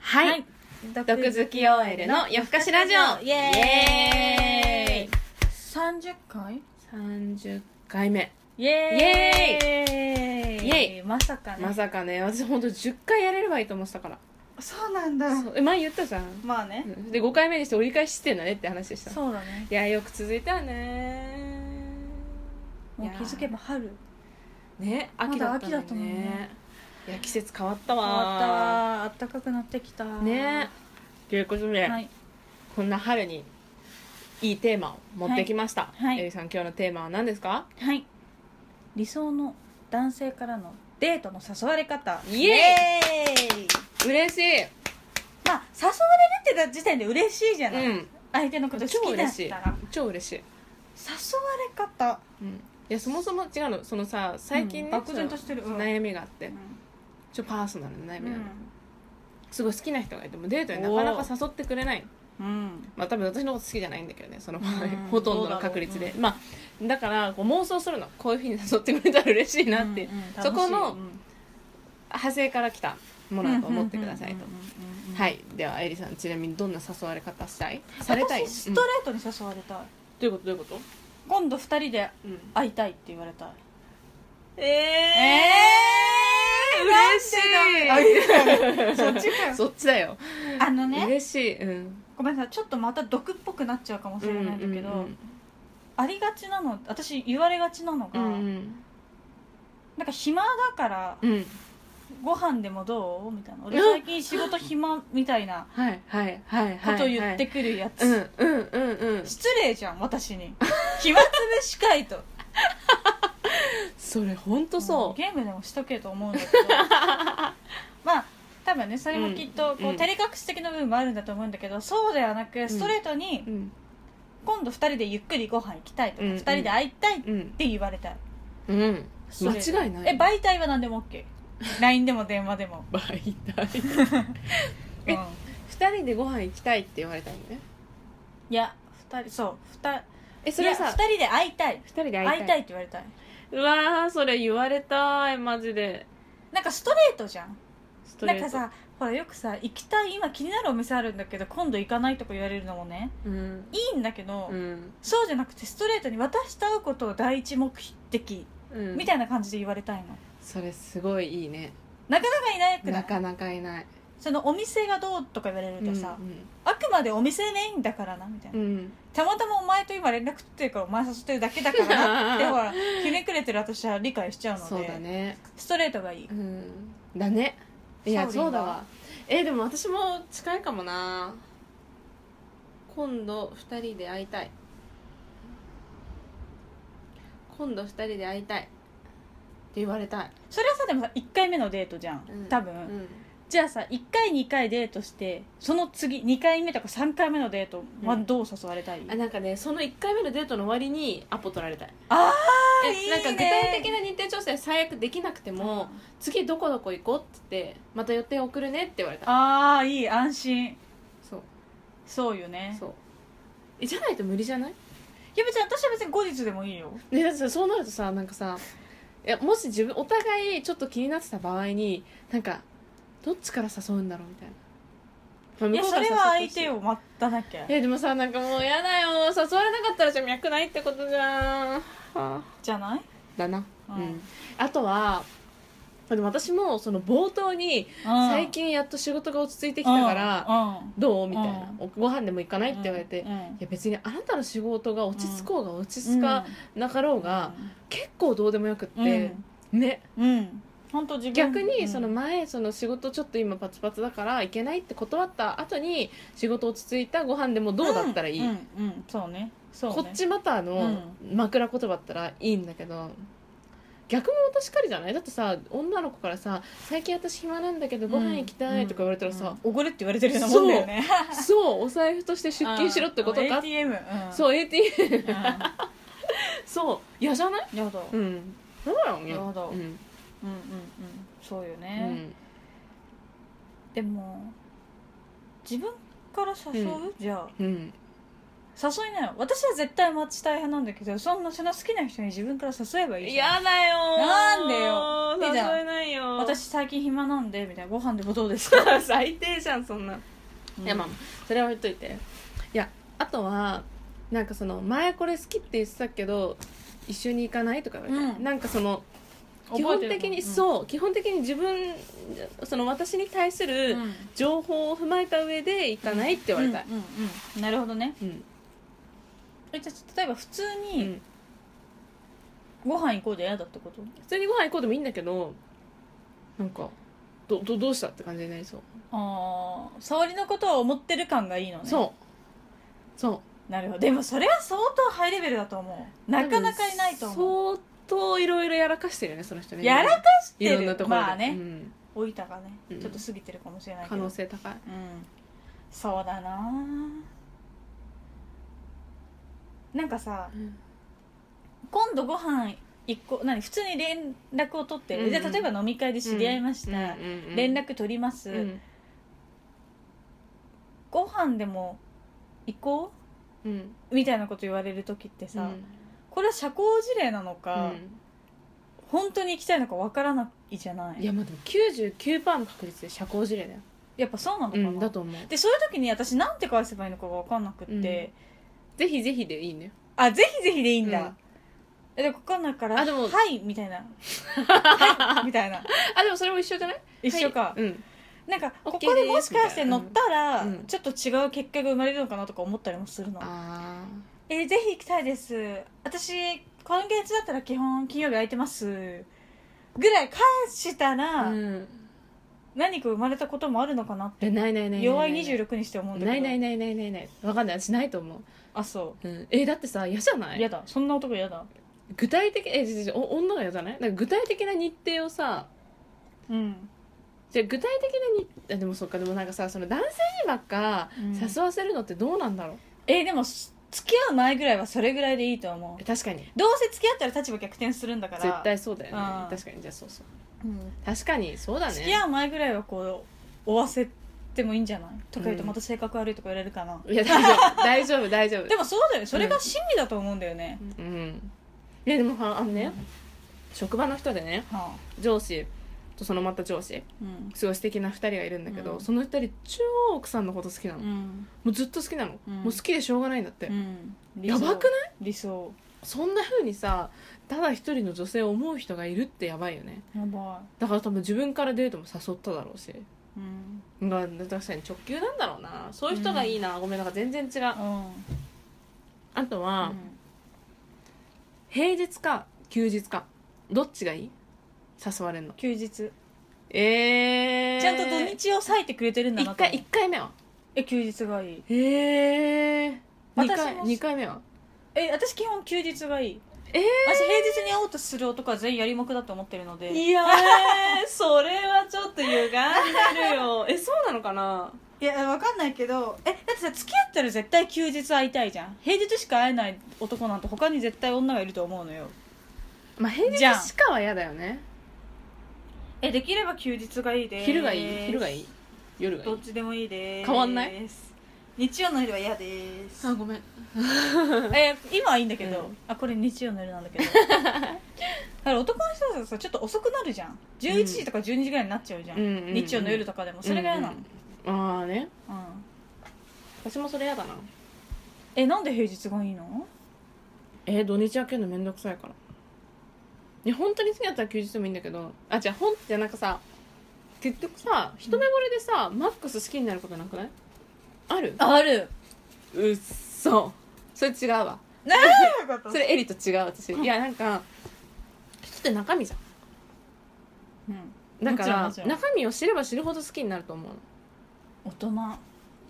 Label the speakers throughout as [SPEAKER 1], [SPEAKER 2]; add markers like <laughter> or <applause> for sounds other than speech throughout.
[SPEAKER 1] はい、
[SPEAKER 2] はい
[SPEAKER 1] 毒好き OL の夜更かしラジオ
[SPEAKER 2] イエーイ
[SPEAKER 1] イエーイ
[SPEAKER 2] 30回
[SPEAKER 1] 30回目
[SPEAKER 2] イエーイ
[SPEAKER 1] イエーイ
[SPEAKER 2] まさかね、
[SPEAKER 1] まさかね私ほんと10回やれればいいと思ってたから、
[SPEAKER 2] そうなんだ
[SPEAKER 1] そうえ前言ったじゃん、
[SPEAKER 2] まあね、
[SPEAKER 1] うんで5回目にして折り返ししてんだねって話でしたい
[SPEAKER 2] そうだね
[SPEAKER 1] やよく続いたよね
[SPEAKER 2] もう気づけば春
[SPEAKER 1] ね秋だった
[SPEAKER 2] まだ秋だった
[SPEAKER 1] の
[SPEAKER 2] もん
[SPEAKER 1] にね,、
[SPEAKER 2] ね
[SPEAKER 1] いや季節変わった
[SPEAKER 2] 変わった
[SPEAKER 1] わ
[SPEAKER 2] わあったかくなってきた
[SPEAKER 1] ねということで、
[SPEAKER 2] はい
[SPEAKER 1] こんな春にいいテーマを持ってきました、
[SPEAKER 2] いはい
[SPEAKER 1] えりさん今日のテーマは何ですか
[SPEAKER 2] はい理想の男性からのデートの誘われ方
[SPEAKER 1] イエ
[SPEAKER 2] イエーイ
[SPEAKER 1] 嬉しい
[SPEAKER 2] まあ誘われるって時点で嬉しいじゃない、
[SPEAKER 1] うん
[SPEAKER 2] 相手のこと
[SPEAKER 1] 超
[SPEAKER 2] 好きだ
[SPEAKER 1] 嬉
[SPEAKER 2] っ
[SPEAKER 1] しい
[SPEAKER 2] たら
[SPEAKER 1] 超嬉しい、
[SPEAKER 2] 誘われ方
[SPEAKER 1] うん、いやそもそも違うのそのさ最近ね、
[SPEAKER 2] うん漠然としてる
[SPEAKER 1] その
[SPEAKER 2] うん
[SPEAKER 1] 悩みがあって
[SPEAKER 2] う
[SPEAKER 1] ちょパーソナルな悩み
[SPEAKER 2] ん
[SPEAKER 1] なの、すごい好きな人がいてもデートになかなか誘ってくれない
[SPEAKER 2] うん
[SPEAKER 1] まあ多分私のこと好きじゃないんだけどねその場合、
[SPEAKER 2] うん
[SPEAKER 1] ほとんどの確率で、まあだからこう妄想するのこういうふうに誘ってくれたら嬉しいなって、
[SPEAKER 2] うんうん
[SPEAKER 1] そこの
[SPEAKER 2] 楽しいうん
[SPEAKER 1] 派生から来たものだと思ってくださいと
[SPEAKER 2] うんうんうんうんうん
[SPEAKER 1] はいではエリさんちなみにどんな誘われ方したいされたい
[SPEAKER 2] 私ストレートに誘われたい、
[SPEAKER 1] どういうことどういうこと、
[SPEAKER 2] 今度二人で
[SPEAKER 1] うん、
[SPEAKER 2] 会いたいって言われたい
[SPEAKER 1] え
[SPEAKER 2] え
[SPEAKER 1] え嬉しい
[SPEAKER 2] えそっちか
[SPEAKER 1] <laughs>
[SPEAKER 2] よ
[SPEAKER 1] そっちだよ、
[SPEAKER 2] あのね
[SPEAKER 1] 嬉しいうん
[SPEAKER 2] ごめんなさいちょっとまた毒っぽくなっちゃうかもしれないんだけど、
[SPEAKER 1] うん
[SPEAKER 2] ありがちなの私言われがちなの
[SPEAKER 1] う
[SPEAKER 2] が、
[SPEAKER 1] んうん
[SPEAKER 2] なんか暇だから
[SPEAKER 1] うん、うん、
[SPEAKER 2] ご飯でもどうみたいな俺最近仕事暇みたいな
[SPEAKER 1] はいはいはいはい
[SPEAKER 2] ことを言って
[SPEAKER 1] はい
[SPEAKER 2] くるやつ、
[SPEAKER 1] うんうんうんうん
[SPEAKER 2] 失礼じゃん私に <laughs> 暇つぶしかいと
[SPEAKER 1] それ本当
[SPEAKER 2] うん
[SPEAKER 1] そう
[SPEAKER 2] ゲームでもしとけと思うん
[SPEAKER 1] <laughs>
[SPEAKER 2] だけどまあ多分ねそれもきっとこう、
[SPEAKER 1] うん
[SPEAKER 2] 照れ隠し的な部分もあるんだと思うんだけどそうではなくストレートに、
[SPEAKER 1] うん
[SPEAKER 2] 今度2人でゆっくりご飯行きたいとか、
[SPEAKER 1] うん
[SPEAKER 2] 2人で会いたいっ
[SPEAKER 1] うん
[SPEAKER 2] て言われたい、
[SPEAKER 1] うん
[SPEAKER 2] それ
[SPEAKER 1] 間違いない
[SPEAKER 2] え媒体は何でも
[SPEAKER 1] <laughs>
[SPEAKER 2] OKLINE でも電話でも、
[SPEAKER 1] 媒体
[SPEAKER 2] う
[SPEAKER 1] え
[SPEAKER 2] ん、い
[SPEAKER 1] 2人でご飯行きたいって言われたんだね
[SPEAKER 2] や2人そう2
[SPEAKER 1] えそ
[SPEAKER 2] 人い
[SPEAKER 1] れ
[SPEAKER 2] や
[SPEAKER 1] はさ
[SPEAKER 2] 2人で会いたい
[SPEAKER 1] 2人で
[SPEAKER 2] 会いたいって言われたいう
[SPEAKER 1] わーそれ言われたいマジで
[SPEAKER 2] なんかストレートじゃん
[SPEAKER 1] ス
[SPEAKER 2] なんかさほらよくさ行きたい今気になるお店あるんだけど今度行かないとか言われるのもね
[SPEAKER 1] うん
[SPEAKER 2] いいんだけど、
[SPEAKER 1] うん
[SPEAKER 2] そうじゃなくてストレートに私と会うことを第一目的
[SPEAKER 1] うん
[SPEAKER 2] みたいな感じで言われたいの、
[SPEAKER 1] それすごいいいね
[SPEAKER 2] なかなかいなくな
[SPEAKER 1] ないかなかいない
[SPEAKER 2] そのお店がどうとか言われるとさ、
[SPEAKER 1] うん
[SPEAKER 2] あくまでお店メインだからなみたいな、
[SPEAKER 1] うん
[SPEAKER 2] たまたまお前と今連絡取ってるからお前誘ってるだけだからな
[SPEAKER 1] <laughs>
[SPEAKER 2] ってほらひねくれてる私は理解しちゃうので
[SPEAKER 1] そうだね
[SPEAKER 2] ストレートがいい
[SPEAKER 1] うんだねいや
[SPEAKER 2] サオ
[SPEAKER 1] そ
[SPEAKER 2] リ
[SPEAKER 1] う
[SPEAKER 2] ンは
[SPEAKER 1] だわえでも私も近いかもな今度2人で会いたい今度2人で会いたいって言われたい、
[SPEAKER 2] それはさでもさ1回目のデートじゃん、
[SPEAKER 1] うん
[SPEAKER 2] 多分、
[SPEAKER 1] うん
[SPEAKER 2] じゃあさ1回2回デートしてその次2回目とか3回目のデートはどう誘われたい、
[SPEAKER 1] あなんかねその1回目のデートの終わりにアポ取られたい
[SPEAKER 2] あー
[SPEAKER 1] え
[SPEAKER 2] いいね
[SPEAKER 1] なんか具体的な日程調整最悪できなくても、次どこどこ行こうって言ってまた予定送るねって言われた
[SPEAKER 2] ああいい安心
[SPEAKER 1] そう
[SPEAKER 2] そうよね
[SPEAKER 1] そうえじゃないと無理じゃない
[SPEAKER 2] いや別に私は別に後日でもいいよ
[SPEAKER 1] ねだってさそうなるとさなんかさいやもし自分お互いちょっと気になってた場合になんかどっちから誘うんだろうみたいな、まあ向こう
[SPEAKER 2] いやそ
[SPEAKER 1] から
[SPEAKER 2] れは
[SPEAKER 1] 誘って
[SPEAKER 2] 相
[SPEAKER 1] ほしい
[SPEAKER 2] 手を待たなきゃ
[SPEAKER 1] いやでもさなんかもうやだよ誘われなかったらじゃ脈ないってことじゃんはあ
[SPEAKER 2] じゃない
[SPEAKER 1] だな、う
[SPEAKER 2] うんん
[SPEAKER 1] あとはでも私もその冒頭に最近やっと仕事が落ち着いてきたからどうみたいなご飯でも行かないって言われていや別にあなたの仕事が落ち着こうが落ち着かなかろうが結構どうでもよくってね
[SPEAKER 2] うん本当自分
[SPEAKER 1] 逆にその前その仕事ちょっと今パツパツだから行けないって断った後に仕事落ち着いたご飯でもどうだったらいい
[SPEAKER 2] うんうんそうねそうね
[SPEAKER 1] こっちまたの枕言葉だったらいいんだけど、逆も私かりじゃないだってさ女の子からさ「最近私暇なんだけどご飯行きたい」とか言われたらさ、
[SPEAKER 2] おごれって言われてるようなもんだよね
[SPEAKER 1] そうお財布と <laughs> して出勤しろってことか
[SPEAKER 2] ATM
[SPEAKER 1] <laughs> そうう ATM
[SPEAKER 2] な
[SPEAKER 1] そう嫌じゃない
[SPEAKER 2] るほど
[SPEAKER 1] うんそうだよね
[SPEAKER 2] なるほど
[SPEAKER 1] うん
[SPEAKER 2] うんうんうんそうよ
[SPEAKER 1] う
[SPEAKER 2] ね
[SPEAKER 1] ん
[SPEAKER 2] でも自分から誘うじゃあ
[SPEAKER 1] うん
[SPEAKER 2] 誘いなよ私は絶対マッチ大変なんだけどそんなその好きな人に自分から誘えばいいじゃん
[SPEAKER 1] 嫌だよ
[SPEAKER 2] なんでよいいじゃん
[SPEAKER 1] 誘えないよ
[SPEAKER 2] 私最近暇なんでみたいなご飯でもどうです
[SPEAKER 1] <laughs>
[SPEAKER 2] か、
[SPEAKER 1] 最低じゃんそんな、いやまあそれは置いといていやあとはなんかその前これ好きって言ってたけど一緒に行かないとか言われて、
[SPEAKER 2] うん
[SPEAKER 1] なんかその
[SPEAKER 2] 覚
[SPEAKER 1] 基
[SPEAKER 2] え
[SPEAKER 1] 本
[SPEAKER 2] てる
[SPEAKER 1] 的に、
[SPEAKER 2] うん
[SPEAKER 1] そう基本的に自分その私に対す
[SPEAKER 2] う
[SPEAKER 1] る
[SPEAKER 2] ん
[SPEAKER 1] 情報を踏まえた上で行かないって言われたい
[SPEAKER 2] うんうんうんなるほどね
[SPEAKER 1] うん
[SPEAKER 2] えじゃあ例えば普通
[SPEAKER 1] うん
[SPEAKER 2] にご飯行こうで嫌だってこと、
[SPEAKER 1] 普通にご飯行こうでもいいんだけどなんかどどどうしたって感じになりそう、
[SPEAKER 2] ああ沙織のことは思ってる感がいいのね
[SPEAKER 1] そうそう
[SPEAKER 2] うなるほどでもそれは相当ハイレベルだと思うなかなかいないと思う
[SPEAKER 1] 相当いろいろやらかしてるよねその人ね
[SPEAKER 2] やらかしてる
[SPEAKER 1] いろんなところで
[SPEAKER 2] まあね
[SPEAKER 1] うん
[SPEAKER 2] 老いたがね、
[SPEAKER 1] うん
[SPEAKER 2] ちょっと過ぎてるかもしれないけど
[SPEAKER 1] 可能性高い
[SPEAKER 2] うんそうだななんかさ今度ご飯一個何普通に連絡を取って、
[SPEAKER 1] うん
[SPEAKER 2] で例えば飲み会で知り合いました、連絡取ります、
[SPEAKER 1] うん
[SPEAKER 2] ご飯でも行こ
[SPEAKER 1] うん
[SPEAKER 2] うみたいなこと言われる時ってさ、
[SPEAKER 1] うん
[SPEAKER 2] これは社交辞令なのか、本当に行きたいのかわからないじゃな
[SPEAKER 1] うん
[SPEAKER 2] い
[SPEAKER 1] いやまあでも99%の確率で社交辞令だよ、
[SPEAKER 2] やっぱそうなのかな、
[SPEAKER 1] だと思う
[SPEAKER 2] でそういう時に私なんて返せばいいのかが分かんなくって、
[SPEAKER 1] ぜひぜひでいいね
[SPEAKER 2] あぜひぜひでいいんだ、
[SPEAKER 1] うん
[SPEAKER 2] えで分かんないから「
[SPEAKER 1] あでも
[SPEAKER 2] はい」みたいな
[SPEAKER 1] <laughs>
[SPEAKER 2] 「はい」みたいな
[SPEAKER 1] あでもそれも一緒じゃない
[SPEAKER 2] 一緒か、
[SPEAKER 1] はいうん
[SPEAKER 2] なんかこ
[SPEAKER 1] OK
[SPEAKER 2] こでもしかして乗ったら、
[SPEAKER 1] うん
[SPEAKER 2] ちょっと違う結果が生まれるのかなとか思ったりもするの
[SPEAKER 1] あ
[SPEAKER 2] えーぜひ行きたいです私今月だったら基本金曜日空いてますぐらい返した
[SPEAKER 1] あ
[SPEAKER 2] ら、
[SPEAKER 1] うん
[SPEAKER 2] 何か生まれたこともあるのかな
[SPEAKER 1] えないないないないない
[SPEAKER 2] 弱い26にして思うんだけど
[SPEAKER 1] ないないないないないないわかんない私ないと思、
[SPEAKER 2] あそう
[SPEAKER 1] うん、えだってさ嫌じゃな
[SPEAKER 2] う
[SPEAKER 1] い
[SPEAKER 2] 嫌だそんな男嫌だ
[SPEAKER 1] 具体的えじゃじゃお女が嫌じゃないなんか具体的な日程をさ
[SPEAKER 2] うん
[SPEAKER 1] じゃあ具体的な日あでもそっかでもなんかさその男性にばっか
[SPEAKER 2] うん
[SPEAKER 1] 誘わせるのってどうなんだろう、
[SPEAKER 2] えーでもす付き合う前ぐらいはそれぐらいでいいと思
[SPEAKER 1] え
[SPEAKER 2] う
[SPEAKER 1] 確かに
[SPEAKER 2] どうせ付き合ったら立場逆転するんだから
[SPEAKER 1] 絶、対そうだよね
[SPEAKER 2] うん
[SPEAKER 1] 確かにじゃあそうそう
[SPEAKER 2] うん
[SPEAKER 1] 確かにそうだね
[SPEAKER 2] 付き合う前ぐらいはこう追わせてもいいんじゃないとか言うと
[SPEAKER 1] うん
[SPEAKER 2] また性格悪いとか言われるかな、
[SPEAKER 1] いや大丈夫大丈夫大丈夫
[SPEAKER 2] でもそうだよねそれが真理だと思うんだよね、
[SPEAKER 1] うんいやでもああのね、職場の人でね
[SPEAKER 2] はあ
[SPEAKER 1] 上司とそのまた上司
[SPEAKER 2] うん
[SPEAKER 1] すごい素敵な2人がいるんだけど、
[SPEAKER 2] うん
[SPEAKER 1] その2人超奥さんのこと好きなの、
[SPEAKER 2] う
[SPEAKER 1] も
[SPEAKER 2] ん
[SPEAKER 1] うずっと好きなの、
[SPEAKER 2] うん
[SPEAKER 1] もう好きでしょうがないんだって、
[SPEAKER 2] うん
[SPEAKER 1] やばくない
[SPEAKER 2] い理想
[SPEAKER 1] そんな風にさただ一人の女性を思う人がいるってやばいよね
[SPEAKER 2] やば
[SPEAKER 1] だから多分自分からデートも誘っただろうし
[SPEAKER 2] いうん、
[SPEAKER 1] まあ確かに直球なんだろうなそういう人がいいな、ごめんなんか全然違う
[SPEAKER 2] うん
[SPEAKER 1] あとは、平日か休日かどっちがいい誘われるの
[SPEAKER 2] 休日、
[SPEAKER 1] ええー、
[SPEAKER 2] ちゃんと土日を割いてくれてるんだな
[SPEAKER 1] 1
[SPEAKER 2] と
[SPEAKER 1] 回
[SPEAKER 2] 思う
[SPEAKER 1] 一回目は
[SPEAKER 2] え休日がいい
[SPEAKER 1] ええー、2
[SPEAKER 2] 私
[SPEAKER 1] 回
[SPEAKER 2] も
[SPEAKER 1] 二回目は
[SPEAKER 2] え私基本休日がいい
[SPEAKER 1] えー
[SPEAKER 2] 私平日に会おうとする男は全員やりもくだと思ってるので
[SPEAKER 1] いやーそれはちょっと歪んでるよ <laughs> えそうなのかない
[SPEAKER 2] やわか <laughs> んないけどえだってさ付き合ったら絶対休日会いたいじゃん平日しか会えない男なんて他に絶対女がいると思うのよ
[SPEAKER 1] まあ平
[SPEAKER 2] じゃん
[SPEAKER 1] 日しかは嫌だよね
[SPEAKER 2] えできれば休日がいいです
[SPEAKER 1] 昼がいい昼がいい夜がい
[SPEAKER 2] どっ
[SPEAKER 1] い
[SPEAKER 2] ちでもいいです
[SPEAKER 1] 変わんない
[SPEAKER 2] 日曜の夜は嫌です
[SPEAKER 1] ごめん
[SPEAKER 2] え今はいいんだけど、
[SPEAKER 1] うん
[SPEAKER 2] あこれ日曜の夜なんだけど
[SPEAKER 1] <laughs>
[SPEAKER 2] だから男の人はさちょっと遅くなるじゃん11時とか12時ぐらいになっちゃうじゃん、
[SPEAKER 1] うんうんうん
[SPEAKER 2] 日曜の夜とかでもそれが嫌な
[SPEAKER 1] う
[SPEAKER 2] の、
[SPEAKER 1] んうんああね
[SPEAKER 2] うん
[SPEAKER 1] 私もそれ嫌だな
[SPEAKER 2] えなんで平日がいいの
[SPEAKER 1] えー土日開けるのめんどくさいからいや本当に好きだったら休日でもいいんだけどあじゃあ本ってなんかさ結局さ一目惚れでさ、マックス好きになることなくないある
[SPEAKER 2] ある
[SPEAKER 1] うっそそれ違うわ
[SPEAKER 2] なるほど
[SPEAKER 1] それエリと違う私いやなんか人って中身じゃん
[SPEAKER 2] うん
[SPEAKER 1] だから
[SPEAKER 2] もちろんもち
[SPEAKER 1] 中身を知れば知るほど好きになると思うの
[SPEAKER 2] 大人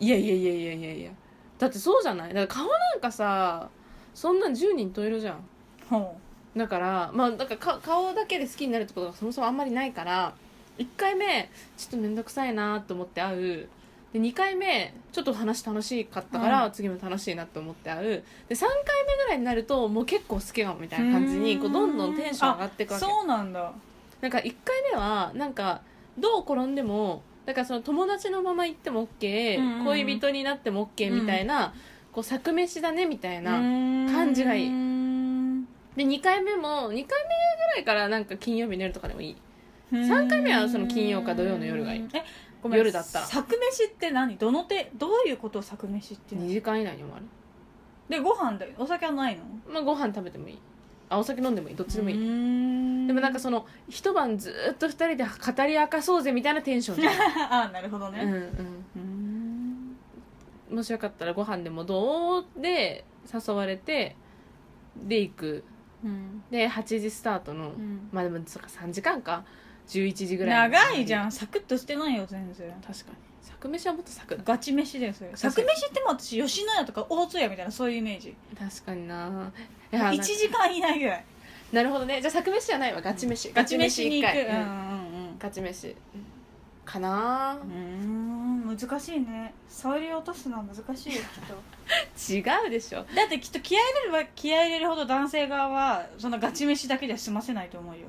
[SPEAKER 1] いやいやいやいやいやいやだってそうじゃないだから顔なんかさそんなん10人十色じゃん
[SPEAKER 2] ほ
[SPEAKER 1] だからまあだからか顔だけで好きになるってことがそもそもあんまりないから1回目ちょっと面倒くさいなと思って会うで2回目ちょっと話楽しかったから、
[SPEAKER 2] うん
[SPEAKER 1] 次も楽しいなと思って会うで3回目ぐらいになるともう結構好きかもみたいな感じにこうどんどんテンション上がっていうくわけ
[SPEAKER 2] そうなんだ
[SPEAKER 1] なんか1回目はなんかどう転んでもだからその友達のまま行っても OK、
[SPEAKER 2] うんうん
[SPEAKER 1] 恋人になっても OK みたいな、こう作飯だねみたいな、
[SPEAKER 2] 感
[SPEAKER 1] じがいい
[SPEAKER 2] 3
[SPEAKER 1] で2回目も2回目ぐらいからなんか金曜日の夜とかでもいい三回目はその金曜か土曜の夜がいい
[SPEAKER 2] えごめん
[SPEAKER 1] 夜だったら
[SPEAKER 2] 作飯って何どの手どういうことを作飯っていうの
[SPEAKER 1] 2時間以内に終わる
[SPEAKER 2] でご飯だよお酒はないの
[SPEAKER 1] まあご飯食べてもいいあお酒飲んでもいいどっちでもいい、
[SPEAKER 2] い
[SPEAKER 1] でもなんかその一晩ずっと2人で語り明かそうぜみたいなテンションじゃ
[SPEAKER 2] <laughs>
[SPEAKER 1] ん
[SPEAKER 2] ああなるほど
[SPEAKER 1] うん
[SPEAKER 2] ねうーん
[SPEAKER 1] うんもしよかったらご飯でもどうで誘われてで行く
[SPEAKER 2] うん
[SPEAKER 1] で8時スタートの、
[SPEAKER 2] うん
[SPEAKER 1] まあでもそっか3時間か11時ぐらい
[SPEAKER 2] 長いじゃ
[SPEAKER 1] ん
[SPEAKER 2] んサクッとしてないよ全然
[SPEAKER 1] 確かに作飯はもっとサクだ
[SPEAKER 2] ガチ飯ですよ
[SPEAKER 1] 確か
[SPEAKER 2] 作
[SPEAKER 1] に
[SPEAKER 2] 飯ってもう私吉野家とか大津屋みたいなそういうイメージ
[SPEAKER 1] 確かになや
[SPEAKER 2] 1時間以内ぐらい
[SPEAKER 1] なるほどねじゃあ作飯じゃないわガチ飯、
[SPEAKER 2] ガチ飯に行く
[SPEAKER 1] ガチ飯一回うんガチ
[SPEAKER 2] うん
[SPEAKER 1] 飯かな
[SPEAKER 2] うんうんうーん難しいね触り落とすのは難しいよきっと
[SPEAKER 1] 違うでしょ
[SPEAKER 2] <laughs> だってきっと気合い入れれば気合い入れるほど男性側はそのガチ飯だけじゃ済ませないと思うよ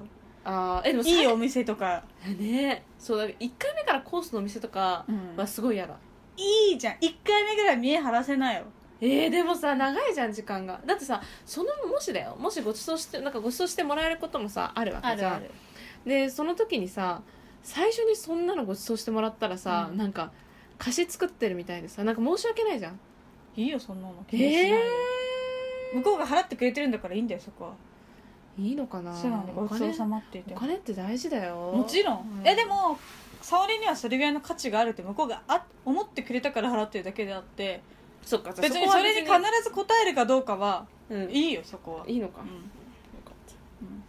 [SPEAKER 1] あーえでもさ
[SPEAKER 2] いいお店とか、
[SPEAKER 1] ねそうだ1回目からコースのお店とかはすごい嫌だ、
[SPEAKER 2] いいじゃん1回目ぐらい見え張らせなよ
[SPEAKER 1] えー、でもさ長いじゃん時間がだってさそのもしだよもしごちそうしてなんかごちそうしてもらえることもさあるわけじゃんでその時にさ最初にそんなのごちそうしてもらったらさ、
[SPEAKER 2] うん
[SPEAKER 1] なんか菓子作ってるみたいでさなんか申し訳ないじゃん
[SPEAKER 2] いいよそんなの気にしない
[SPEAKER 1] え
[SPEAKER 2] よ
[SPEAKER 1] え
[SPEAKER 2] 向こうが払ってくれてるんだからいいんだよそこはい
[SPEAKER 1] いのかな
[SPEAKER 2] そうなのご
[SPEAKER 1] お
[SPEAKER 2] ちそ
[SPEAKER 1] 金
[SPEAKER 2] うさまって言
[SPEAKER 1] お
[SPEAKER 2] って
[SPEAKER 1] 金って大事だよ
[SPEAKER 2] もちろん、
[SPEAKER 1] うん
[SPEAKER 2] えでも沙織にはそれぐらいの価値があるって向こうがあ思ってくれたから払ってるだけであって
[SPEAKER 1] そっかじゃあ
[SPEAKER 2] 別に
[SPEAKER 1] こは
[SPEAKER 2] それに必ず応えるかどうかは
[SPEAKER 1] うんい
[SPEAKER 2] いいよそこはい
[SPEAKER 1] いのか、
[SPEAKER 2] う
[SPEAKER 1] よ
[SPEAKER 2] ん
[SPEAKER 1] かった
[SPEAKER 2] うん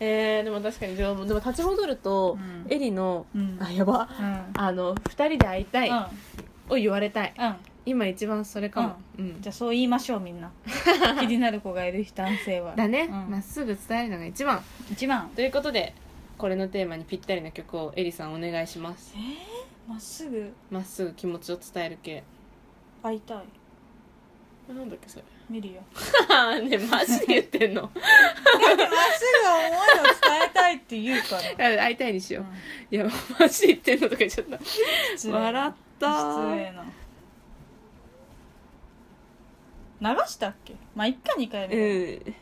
[SPEAKER 1] えー、でも確かにでもでも立ち戻ると、
[SPEAKER 2] うん
[SPEAKER 1] エリの
[SPEAKER 2] うん
[SPEAKER 1] あやば
[SPEAKER 2] うん
[SPEAKER 1] あの二人で会いたい、
[SPEAKER 2] うん
[SPEAKER 1] を言われたい
[SPEAKER 2] うん
[SPEAKER 1] 今一番それかも、うん
[SPEAKER 2] じゃあそう言いましょうみ
[SPEAKER 1] <laughs>
[SPEAKER 2] んな気になる子がいる男性は
[SPEAKER 1] だね
[SPEAKER 2] うん
[SPEAKER 1] ま、っすぐ伝えるのが一番
[SPEAKER 2] 一番
[SPEAKER 1] ということでこれのテーマにぴったりな曲をエリさんお願いします
[SPEAKER 2] えー、まっすぐ
[SPEAKER 1] まっすぐ気持ちを伝える系
[SPEAKER 2] 会いたい
[SPEAKER 1] なんだっけそれ
[SPEAKER 2] 見るよ
[SPEAKER 1] <laughs> ねマジで言ってんの
[SPEAKER 2] まっすぐ思いを伝えたいって言うから
[SPEAKER 1] 会いたいにしよう、
[SPEAKER 2] う
[SPEAKER 1] いやマジで言ってんのとか言っちゃった
[SPEAKER 2] ん失礼
[SPEAKER 1] 笑った
[SPEAKER 2] 失礼な流したっけまあいっか2回目、流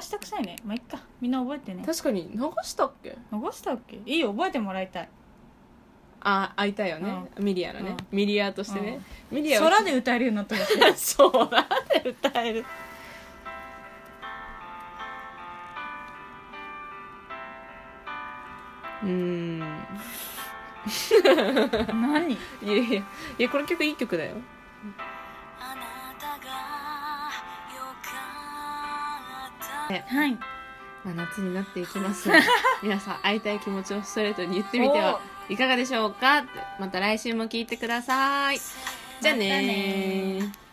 [SPEAKER 2] したくさいねまあいっかみんな覚えて
[SPEAKER 1] う
[SPEAKER 2] ね
[SPEAKER 1] ん確かに流したっけ
[SPEAKER 2] 流したっけいいよ覚えてもらいたい
[SPEAKER 1] あ会いたいよね、ミリアのね、ミリアとしてね、ミリアは <laughs>
[SPEAKER 2] 空で歌えるようになったらしい
[SPEAKER 1] 空で歌えるうーん
[SPEAKER 2] 何
[SPEAKER 1] いやいやいやこの曲いい曲だよ
[SPEAKER 3] あなたがよかった
[SPEAKER 2] はい
[SPEAKER 1] まあ、夏になっていきますので <laughs> 皆さん会いたい気持ちをストレートに言ってみてはいかがでしょうかってまた来週も聞いてくださいじゃあねー
[SPEAKER 2] またねー